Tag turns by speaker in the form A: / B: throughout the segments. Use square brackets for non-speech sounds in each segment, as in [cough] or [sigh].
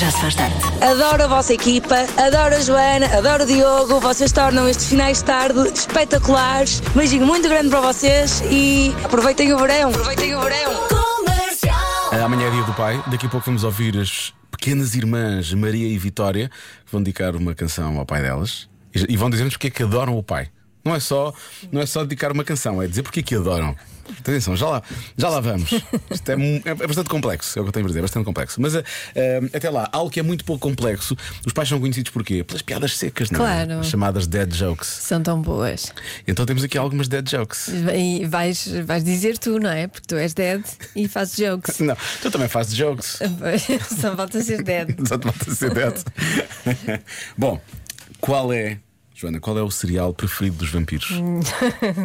A: Já se faz tarde.
B: Adoro a vossa equipa, adoro a Joana, adoro o Diogo. Vocês tornam estes finais de tarde espetaculares. Beijinho muito grande para vocês e aproveitem o verão. Aproveitem o verão.
C: Ah, Amanhã é dia do pai. Daqui a pouco vamos ouvir as pequenas irmãs Maria e Vitória que vão dedicar uma canção ao pai delas e e vão dizer-nos porque é que adoram o pai. Não é só, não é só dedicar uma canção, é dizer porque é que adoram. Atenção, já lá, já lá vamos. Isto é, mu- é bastante complexo, é o que eu tenho a dizer, é bastante complexo. Mas ah, ah, até lá, algo que é muito pouco complexo, os pais são conhecidos porquê? Pelas piadas secas, não é?
D: Claro.
C: As chamadas dead jokes.
D: São tão boas.
C: Então temos aqui algumas dead jokes.
D: E vais, vais dizer tu, não é? Porque tu és dead e fazes jokes.
C: Não, tu também fazes jokes.
D: [laughs] Só falta ser dead.
C: [laughs] Só te falta ser dedo. [laughs] Bom, qual é, Joana, qual é o cereal preferido dos vampiros?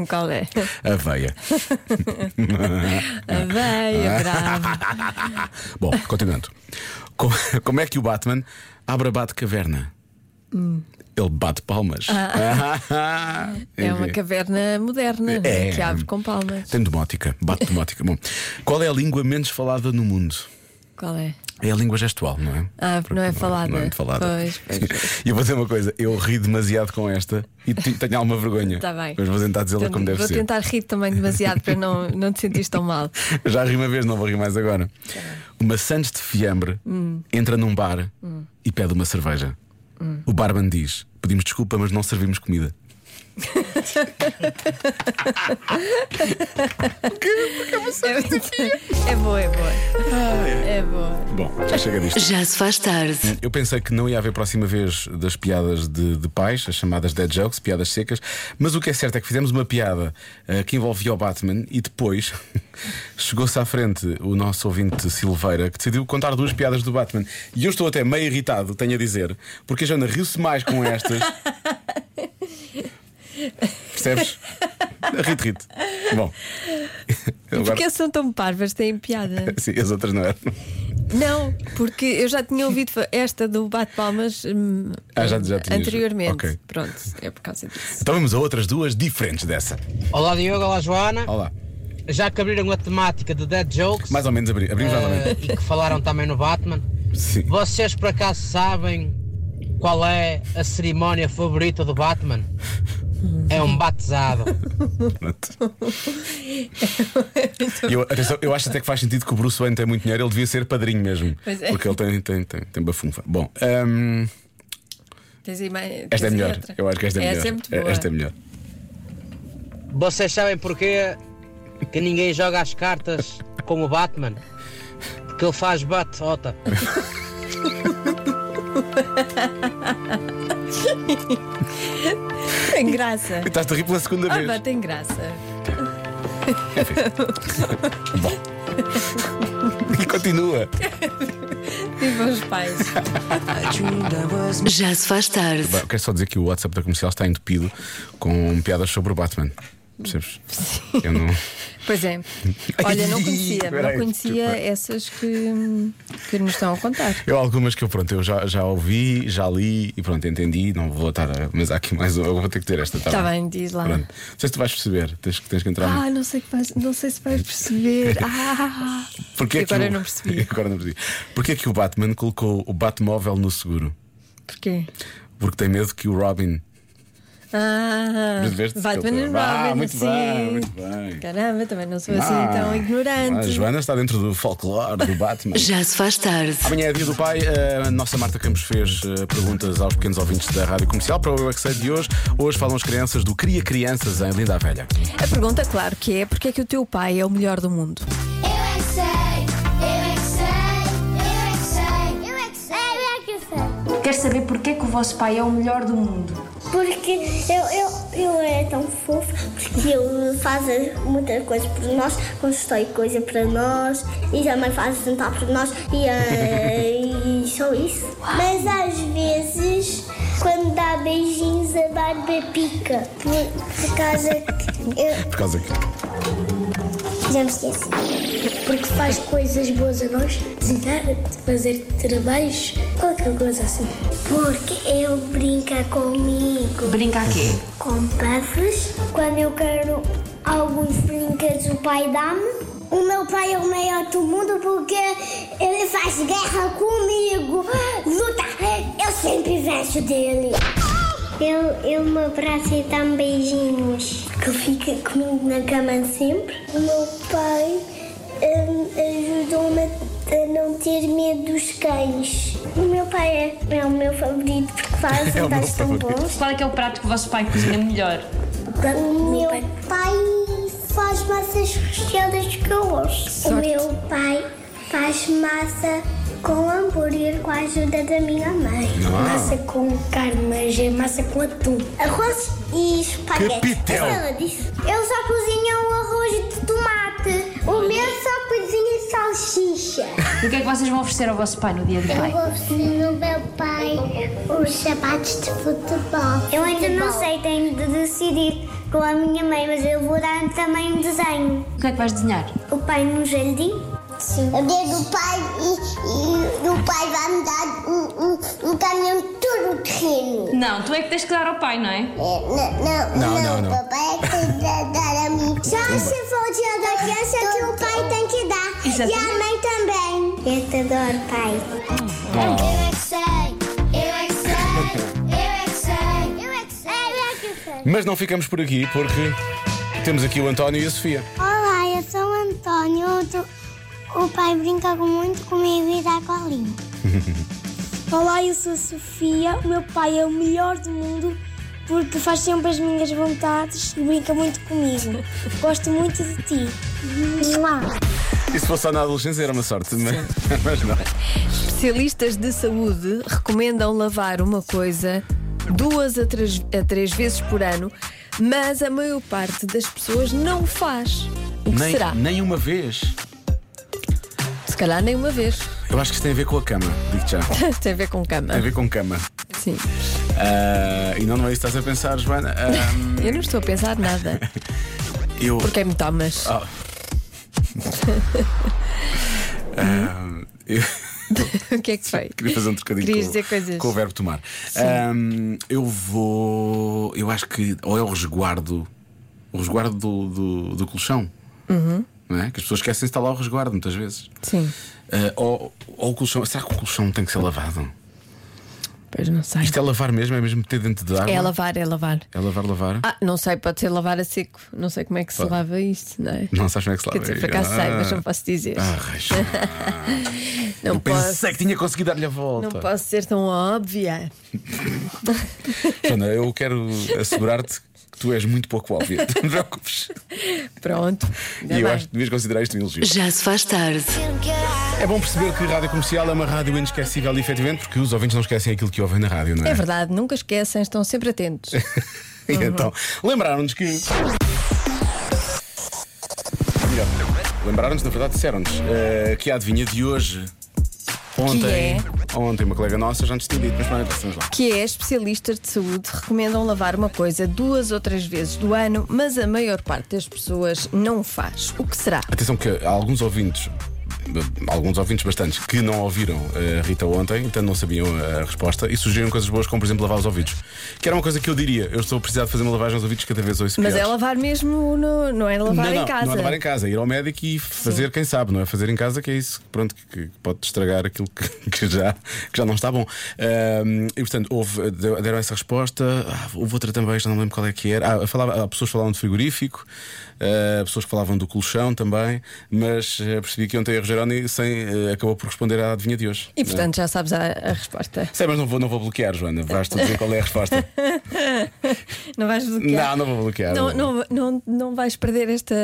D: Qual é?
C: Aveia. [laughs] Ah, [laughs]
D: Aveia, bravo.
C: Bom, continuando. Co- Como, é que o Batman abre a bate-caverna? Ele bate palmas. [laughs]
D: É uma caverna moderna não é?
C: É.
D: que abre com palmas.
C: Tem domótica, bate domótica. Bom, qual é a língua menos falada no mundo?
D: Qual é?
C: É a língua gestual, não é?
D: Ah, porque não é falada.
C: Não é muito falada.
D: Pois, pois,
C: [laughs] E eu vou dizer uma coisa: eu ri demasiado com esta e te- tenho alguma vergonha.
D: Está Tá bem.
C: Mas vou tentar dizê-la
D: Portanto,
C: como deve
D: Então, vou
C: ser.
D: tentar rir também demasiado para não, não te sentires
C: [laughs]
D: tão mal.
C: Já ri uma vez, não vou rir mais agora.
D: Tá
C: Uma Santos de fiambre
D: Hum.
C: entra num bar e pede uma cerveja. O barman diz: Pedimos desculpa, mas não servimos comida.
D: É, é boa, é boa. É boa.
C: Bom, já chega disto.
A: Já se faz tarde.
C: Eu pensei que não ia haver próxima vez das piadas de, de pais, as chamadas dead jokes, piadas secas, mas o que é certo é que fizemos uma piada eh, que envolvia o Batman e depois [laughs] chegou-se à frente o nosso ouvinte Silveira que decidiu contar duas piadas do Batman. E eu estou até meio irritado, tenho a dizer, porque a Jana riu-se mais com estas. Percebes? Rite, rite. Bom. Agora-
D: Porque são tão parvas, têm piada.
C: Sim, as outras não eram.
D: Não, porque eu já tinha ouvido fa- esta do Bate-Palmas hum,
C: Ah, já- já tinhas.
D: anteriormente.
C: Ok.
D: Pronto, é por causa disso.
C: Então vamos a outras duas diferentes dessa.
E: Olá Diogo, olá Joana.
C: Olá.
E: Já que abriram a temática de Dead Jokes
C: Mais ou menos abri- abrimos mais ou menos.
E: eh, e que falaram também no Batman,
C: Sim.
E: vocês por acaso sabem qual é a cerimónia favorita do Batman? É um batizado.
D: [laughs]
C: Pronto. [laughs] eu, atenção, eu acho até que faz sentido que o Bruce Wayne tem muito dinheiro, ele devia ser padrinho mesmo.
D: Pois é.
C: Porque ele tem, tem, tem, tem bafunfa. Bom, hum,
D: Tens aí mais- tens
C: esta é
D: aí
C: melhor.
D: outra?
C: Eu acho que esta é melhor.
D: Essa é muito boa.
C: Esta é melhor.
E: Vocês sabem porquê que ninguém joga as cartas como o Batman? Porque ele faz batota.
D: Tem graça.
C: Estás-te a rir pela segunda
D: Ah,
C: vez.
D: pá, tem graça. [laughs]
C: Bom. [laughs] E continua.
D: Viva os pais.
A: Já se faz tarde.
C: Bem, eu quero só dizer que o WhatsApp da comercial está entupido com piadas sobre o Batman. Percebes? Eu não.
D: Pois é. Olha,
C: [laughs]
D: não
C: Ai,
D: conhecia, não
C: peraí,
D: conhecia
C: desculpa.
D: essas que, que nos estão a contar.
C: Eu algumas que eu pronto, eu já, já ouvi, já li e pronto, entendi, não vou estar a, mas há aqui mais uma, eu vou ter que ter esta, tá,
D: Tá bem, diz lá.
C: Pronto. tá Não sei se tu vais perceber, tens, que- tens que entrar.
D: Ah, não sei, que vais- não sei se vais
C: [laughs]
D: perceber. Ah,
C: Porquê
D: agora
C: o-
D: eu não percebi.
C: [laughs] agora não percebi. Porquê que o Batman colocou o Batmóvel no seguro?
D: porquê?
C: Porque tem medo que o Robin.
D: Ah,
C: Veste-se
D: Batman
C: que
D: e
C: ele-
D: Robin,
C: Ah, muito
D: sim.
C: bem, muito bem.
D: assim. Caramba, também não sou assim
C: Ah,
D: tão ignorante.
C: A Joana está dentro do folclore do
D: [laughs]
C: Batman.
A: Já se faz tarde.
C: Amanhã é dia do pai. A nossa Marta Campos fez eh, perguntas aos pequenos ouvintes da rádio comercial para o Eu É Que Sei de hoje. Hoje falam as crianças do Cria Crianças em Linda a Velha.
D: A pergunta, claro, que é porque é que o teu pai é o melhor do mundo?
F: Eu é que sei, eu é que sei, eu é que sei, eu é que sei, eu é que sei.
G: Quer saber porque é que o vosso pai é o melhor do mundo?
F: Porque eu, eu, eu é tão fofo, porque ele faz muita coisa por nós, constrói coisa para nós e também faz jantar por nós e, [laughs] eh, e só isso. Mas às vezes, quando dá beijinhos, a barba pica. Por, por causa que eu,
C: Por causa que.
F: Já me esqueci. Porque faz coisas boas a nós, desenhar, fazer trabalhos, qualquer coisa assim. Porque ele brinca comigo,
G: Brinca a quê?
F: com puffs. Quando eu quero alguns brinquedos, o pai dá-me. O meu pai é o maior do mundo porque ele faz guerra comigo. abraço dele. Eu, eu me abraço e dá-me beijinhos. Que fica comigo na cama sempre. O meu pai hum, ajudou-me a não ter medo dos cães. O meu pai é, é o meu favorito porque
C: [laughs]
F: faz
C: É o meu
F: jantares tão
C: favorito.
F: bons.
G: Qual é que é o prato que o vosso pai cozinha melhor?
F: O meu pai faz massas recheadas que eu gosto. O meu pai faz massa com hambúrguer com a ajuda da minha mãe.
C: Ah. Massa
F: com carne, mas é massa com atum. Arroz e espaguete.
C: Capitel.
F: Mas ela disse, Eu só cozinho o arroz de tomate. O meu só cozinha salsicha.
G: E o que é que vocês vão oferecer ao vosso pai no dia do
F: Eu
G: pai?
F: vou no meu pai os sapatos de futebol. Eu ainda não sei, tenho de decidir com a minha mãe, mas eu vou dar também um desenho.
G: O que é que vais desenhar?
F: O pai no jardim? Sim. O dia do pai e, o pai vai me dar um, caminhão todo terreno.
G: Não, tu é que tens que dar ao pai, não é?
F: Não,
C: Não, não, não.
F: papai tem que dar a mim. Só se for o dia da criança que o pai tem que dar.
G: Exatamente.
F: mãe também. Eu te adoro, pai. Eu é que sei, eu é que sei, eu é que sei, eu é que sei, eu é que sei.
C: Mas não ficamos por aqui porque temos aqui o António e a Sofia.
F: Olá, eu sou o Antônio. O do- O pai brinca com- muito comigo e dá colinho.
C: [laughs]
F: Olá, eu sou a Sofia. O meu pai é o melhor do mundo porque faz sempre as minhas vontades e brinca muito comigo. Gosto muito de ti.
C: E se fosse só na adolescência era uma sorte, mas, [laughs] mas não.
D: Especialistas de saúde recomendam lavar uma coisa duas a três, a três vezes por ano, mas a maior parte das pessoas não o faz. O que
C: Nem,
D: será?
C: nem uma vez.
D: Se calhar nem uma vez. [laughs]
C: Eu acho que isto tem a ver com a cama, digo já. Tem
D: Tem a ver com cama.
C: a ver com cama.
D: Sim.
C: Ah, e não, não é isso que estás a pensar, Joana. Ah,
D: [laughs] Eu não estou a pensar nada,
C: eu.
D: porque é é-me tomas.
C: [laughs] Ah. Ah, eu
D: [laughs]
C: [laughs]
D: O que é que foi?
C: queria fazer um trocadilho
D: Querias
C: com,
D: dizer coisas.
C: com o verbo tomar. Ah, eu vou. Eu acho que. Ou é o resguardo. O resguardo do, do, do colchão.
D: Uhum.
C: Não é? Que as pessoas esquecem de estar lá o resguardo, muitas vezes.
D: Sim.
C: Ah, ou, ou o colchão. Será que o colchão tem que ser lavado?
D: Pois não sei.
C: Isto é lavar mesmo? É mesmo meter dentro de água?
D: É lavar, é lavar.
C: É lavar, lavar?
D: Ah, não sei, pode ser lavar a seco. Não sei como é que se
C: Pode.
D: lava isto, não é?
C: Não sabes como é que se
D: Quer
C: lava?
D: dizer, por acaso sei, mas não posso dizer.
C: Ah, raios.
D: não
C: Eu
D: posso.
C: pensei que tinha conseguido dar-lhe a volta.
D: Não posso ser tão
C: [laughs]
D: óbvia.
C: Joana, eu quero assegurar-te que tu és muito pouco óbvia. [laughs] Não te preocupes.
D: Pronto.
C: E
D: ainda
C: eu
D: bem.
C: acho que devias considerar isto um elogio.
A: Já se faz tarde.
C: É bom perceber que a rádio comercial é uma rádio inesquecível, efetivamente, porque os ouvintes não esquecem aquilo que ouvem na rádio, não é?
D: É Uhum. verdade, nunca esquecem, estão sempre atentos.
C: [laughs] E então, lembraram-nos que. Melhor, Lembraram-nos, na verdade, disseram-nos eh, que a adivinha de hoje.
D: é?
C: Ontem, ontem, uma colega nossa já nos tinha dito, mas pronto, estamos lá.
D: Que é especialistas de saúde recomendam lavar uma coisa duas ou três vezes do ano, mas a maior parte das pessoas não o faz. O que será?
C: Atenção que há alguns ouvintes, alguns ouvintes bastantes, que não ouviram eh, a Rita ontem, então não sabiam a resposta e sugeriram coisas boas, como por exemplo lavar os ouvidos. Que era uma coisa que eu diria, eu estou a precisar de fazer uma lavagem aos ouvidos cada vez ouço
D: Mas
C: piores.
D: é lavar mesmo, no- não é lavar
C: não, não,
D: em casa.
C: Não é lavar em casa, ir ao médico e fazer quem sabe, não é fazer em casa, que é isso pronto, que, que pode estragar aquilo que, [laughs] que já, que já não está bom. Ahm, e portanto, houve, deu- deram essa resposta, ah, houve outra também, já não lembro qual é que era. Ah, falava, ah, pessoas falavam de frigorífico, ah, pessoas que falavam do colchão também, mas ah, percebi que ontem a Rogeroni sem, ah, acabou por responder à adivinha de hoje.
D: E portanto já sabes a, a resposta.
C: Sei, mas não vou, não vou bloquear, Joana. Vais tu dizer qual é a
D: [laughs]
C: resposta.
D: Não vais bloquear.
C: não, não vou bloquear.
D: Não, não, não, não vais perder esta.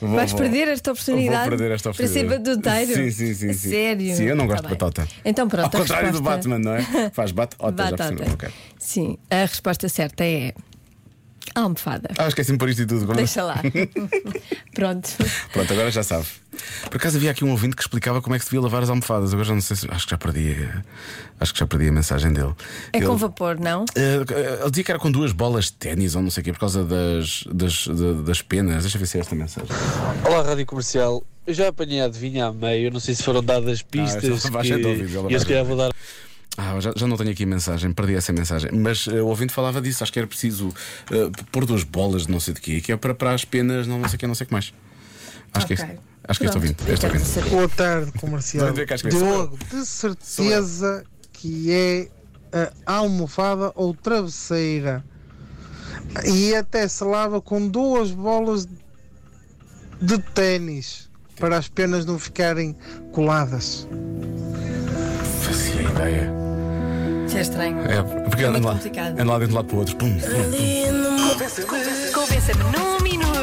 C: Vou-
D: vais
C: vou-
D: perder esta oportunidade.
C: vou perder esta
D: Para
C: oportunidade.
D: ser batuteiro.
C: Sim, sim, sim.
D: A
C: sim.
D: Sério.
C: Sim, eu não gosto
D: Tá
C: de
D: bem.
C: batota.
D: Então pronto.
C: Ao
D: a
C: contrário do
D: resposta-
C: Batman,
D: [laughs]
C: não é? Faz batota. já
D: Batata.
C: percebi, ok.
D: Sim, a resposta certa é. Almofada.
C: Ah, esqueci-me por isto e tudo.
D: Deixa lá. Pronto.
C: [laughs] Pronto, agora já sabe. Por acaso havia aqui um ouvinte que explicava como é que se devia lavar as almofadas. Agora já não sei se. Acho que já perdi. eh, Acho que já perdi a mensagem dele.
D: É
C: Ele-
D: com vapor, não?
C: Eh, eh, Ele dizia que era com duas bolas de ténis ou não sei o quê, por causa das, das, da- das penas. Deixa eu ver se é esta mensagem.
H: Olá, Rádio Comercial. Eu já apanhei a adivinha a meio, eu não sei se foram dadas pistas.
C: essa lavagem
H: que...
C: é de ouvido, ela
H: e eu se
C: vai-
H: calhar vou dar
C: Ah, já, já não tenho aqui a mensagem, perdi essa mensagem. Mas eh, o ouvinte falava disso, acho que era preciso eh, pôr duas bolas de não sei de quê, que é para, para as penas, não, não sei o que, não sei o que mais. Acho que é
D: Ok.
C: isso. Acho que este
D: Pronto, então,
C: ouvinte. Este
D: quero
C: ouvinte.
D: saber.
I: Boa tarde, comercial.
C: Não, eu acho que é só eu.
I: Diogo, de certeza que é eh, almofada ou travesseira. E até se lava com duas bolas de ténis para as penas não ficarem coladas.
C: Fazia ideia.
J: Isso é estranho.
C: É, porque
J: É
C: ando
J: muito
C: lá,
J: complicado.
C: ando lá de um lado para o outro. Pum, pum.
J: Convença-me num minuto.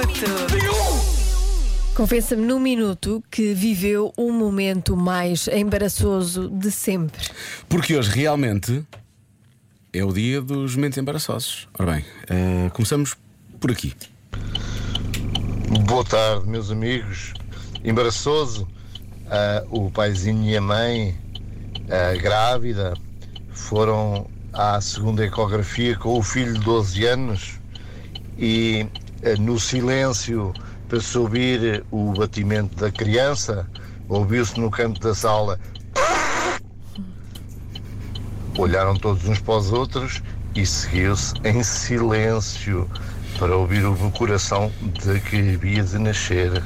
D: Confessa-me num minuto que viveu um momento mais embaraçoso de sempre.
C: Porque hoje realmente é o dia dos momentos embaraçosos. Ora bem, eh, começamos por aqui.
K: Boa tarde, meus amigos. Embaraçoso, ah, o paizinho e a mãe, ah, grávida, foram à segunda ecografia com o filho de 12 anos e, ah, no silêncio, para se ouvir o batimento da criança, ouviu-se no canto da sala. Olharam todos uns para os outros e seguiu-se em silêncio para ouvir o coração de que havia de nascer.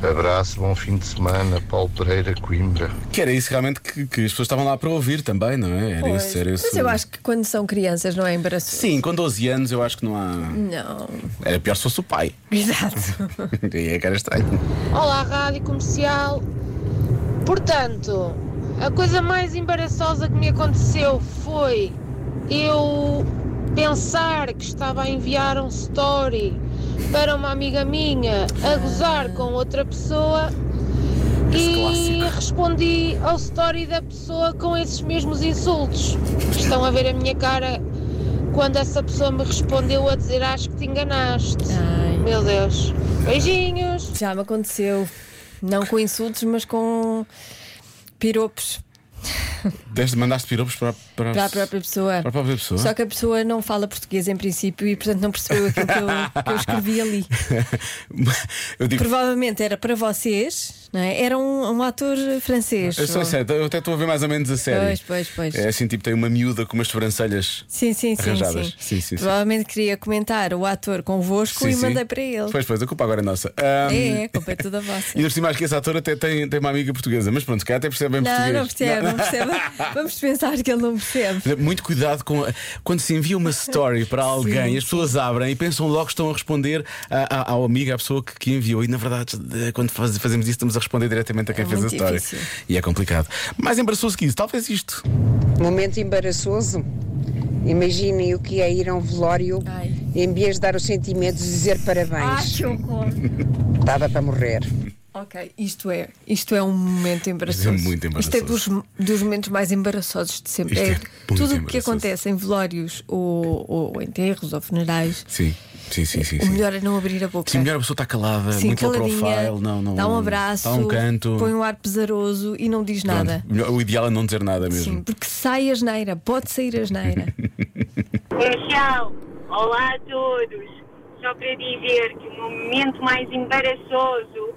K: Abraço, bom fim de semana, Paulo Pereira, Coimbra.
C: Que era isso realmente que, que as pessoas estavam lá para ouvir também, não é? Era
D: Pois.
C: isso, era isso.
D: Mas eu acho que quando são crianças não é embaraçoso.
C: Sim, com 12 anos eu acho que não há.
D: Não. [laughs]
C: Era pior se fosse o [laughs] pai.
D: Exato.
C: Aí é que era estranho.
L: Olá, Rádio Comercial. Portanto, a coisa mais embaraçosa que me aconteceu foi eu pensar que estava a enviar um story para uma amiga minha a
D: Ah.
L: gozar com outra pessoa e respondi ao story da pessoa com esses mesmos insultos. Estão a ver a minha cara quando essa pessoa me respondeu a dizer acho que te enganaste.
D: Ai.
L: Meu Deus. Beijinhos.
D: Já me aconteceu. Não com insultos, mas com piropos
C: Deste, mandaste piropos para, para,
D: para a própria pessoa.
C: para a própria pessoa.
D: Só que a pessoa não fala português em princípio e, portanto, não percebeu aquilo que eu, que eu escrevi ali.
C: [laughs] eu digo.
D: Provavelmente era para vocês, não é? Era um, um ator francês.
C: Eu, sou
D: ou-
C: certo, eu até estou a ver mais ou menos a série.
D: Pois, pois, pois.
C: É assim, tipo, tem uma miúda com umas sobrancelhas.
D: Sim, sim, sim,
C: Arranjadas.
D: sim.
C: Sim, sim, sim.
D: Provavelmente queria comentar o ator convosco
C: Sim,
D: e
C: sim.
D: mandei para ele.
C: Pois, pois, a culpa agora é nossa. Ahm,
D: É, é, a culpa é toda vossa.
C: E ainda por cima, acho que esse ator até tem, tem uma amiga portuguesa, mas pronto, se calhar até percebe bem
D: Não,
C: português.
D: não percebe, não percebe. Vamos pensar que ele não percebe.
C: Por exemplo, Muito cuidado com. a- Quando se envia uma story
D: [laughs]
C: para alguém, as pessoas abrem e pensam logo que estão a responder a- a- ao amigo, à pessoa que, que enviou. E na verdade, de- quando faz- fazemos isso, estamos a responder diretamente a quem
D: É
C: fez a
D: muito
C: story.
D: difícil.
C: E é complicado. Mais embaraçoso que isso, talvez isto.
L: Momento embaraçoso. Imaginem o que é ir a um velório
D: Ai.
L: em vez de dar os sentimentos e dizer parabéns.
G: horror.
L: Estava para morrer.
D: Ok, isto é, isto é um momento embaraçoso.
C: Isto é muito embaraçoso.
D: Isto é dos, dos momentos mais embaraçosos de sempre.
C: Isto é
D: É
C: muito
D: tudo o que
C: embaraçoso.
D: acontece em velórios ou, ou enterros ou funerais,
C: Sim, sim, sim, sim.
D: o melhor é não abrir a boca.
C: Sim, melhor a pessoa está calada,
D: Sim,
C: muito low
D: caladinha,
C: profile, não, não,
D: dá um abraço,
C: dá um canto.
D: põe um ar pesaroso e não diz
C: Pronto,
D: nada.
C: melhor- O ideal é não dizer nada mesmo. [laughs]
D: Sim, porque sai a geneira, pode sair a geneira.
L: Comercial, olá a todos. Só queria dizer que o meu momento mais embaraçoso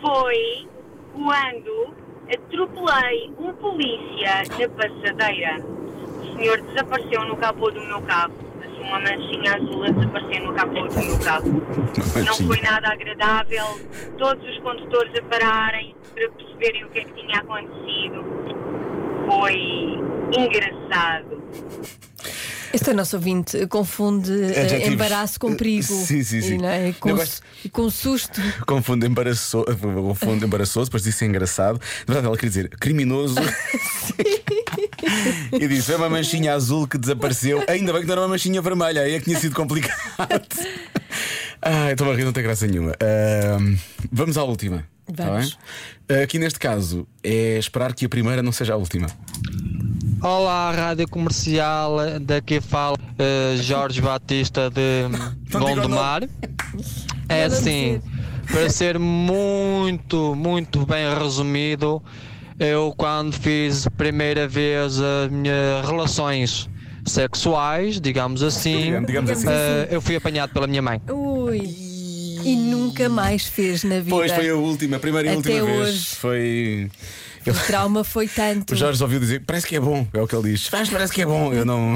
L: foi quando atropelei um polícia na passadeira. O senhor desapareceu no capô do meu carro. Assim, Uma manchinha azul a desaparecer no capô do meu carro. Não
C: Sim.
L: foi nada agradável. Todos os condutores a pararem para perceberem o que é que tinha acontecido. Foi engraçado.
D: Este é o nosso ouvinte, confunde eh,
C: É Adjetivos.
D: embaraço com perigo
C: Sim, sim, sim.
D: E, não é? E com,
C: Eu gosto-
D: e com susto.
C: Confundo embaraçoso, confundo embaraçoso, depois disse engraçado. Na verdade, ela queria dizer
D: [laughs]
C: criminoso. e disse: é uma manchinha azul que desapareceu. Ainda bem que não era uma manchinha vermelha, aí é que tinha sido complicado.
D: [laughs]
C: Ai, estou a rir, não tem graça nenhuma. Ahm, vamos à última. tá
D: Vamos.
C: bem? Aqui neste caso é esperar que a primeira não seja a última.
H: Olá, Rádio Comercial, daqui fala eh, Jorge Batista de
C: Não Então diga o
H: Gondomar. É assim, para ser muito, muito bem resumido, eu quando fiz primeira vez as minhas relações sexuais, digamos assim,
C: Digamos- digamos assim.
H: eh, eu fui apanhado pela minha mãe.
D: Ui. E nunca mais fez na vida.
C: Pois foi a última, a primeira e
D: Até
C: última vez.
D: hoje.
C: Foi. Eu-
D: O trauma foi tanto.
C: O Jorge ouviu dizer, parece que é bom, é o que ele diz. Faz, parece que é bom. Eu não.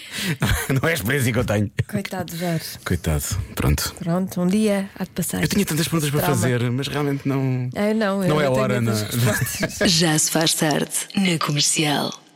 C: [laughs] não é a experiência que eu tenho.
D: Coitado, Jorge.
C: Coitado, pronto.
D: Pronto, um dia há de passar.
C: Eu tinha tantas perguntas para
D: Trauma.
C: fazer, mas realmente não.
D: Ah, eu não, eu
C: Não é
D: tenho
C: hora,
D: tantas
C: não.
D: respostas.
A: Já se faz tarde na comercial.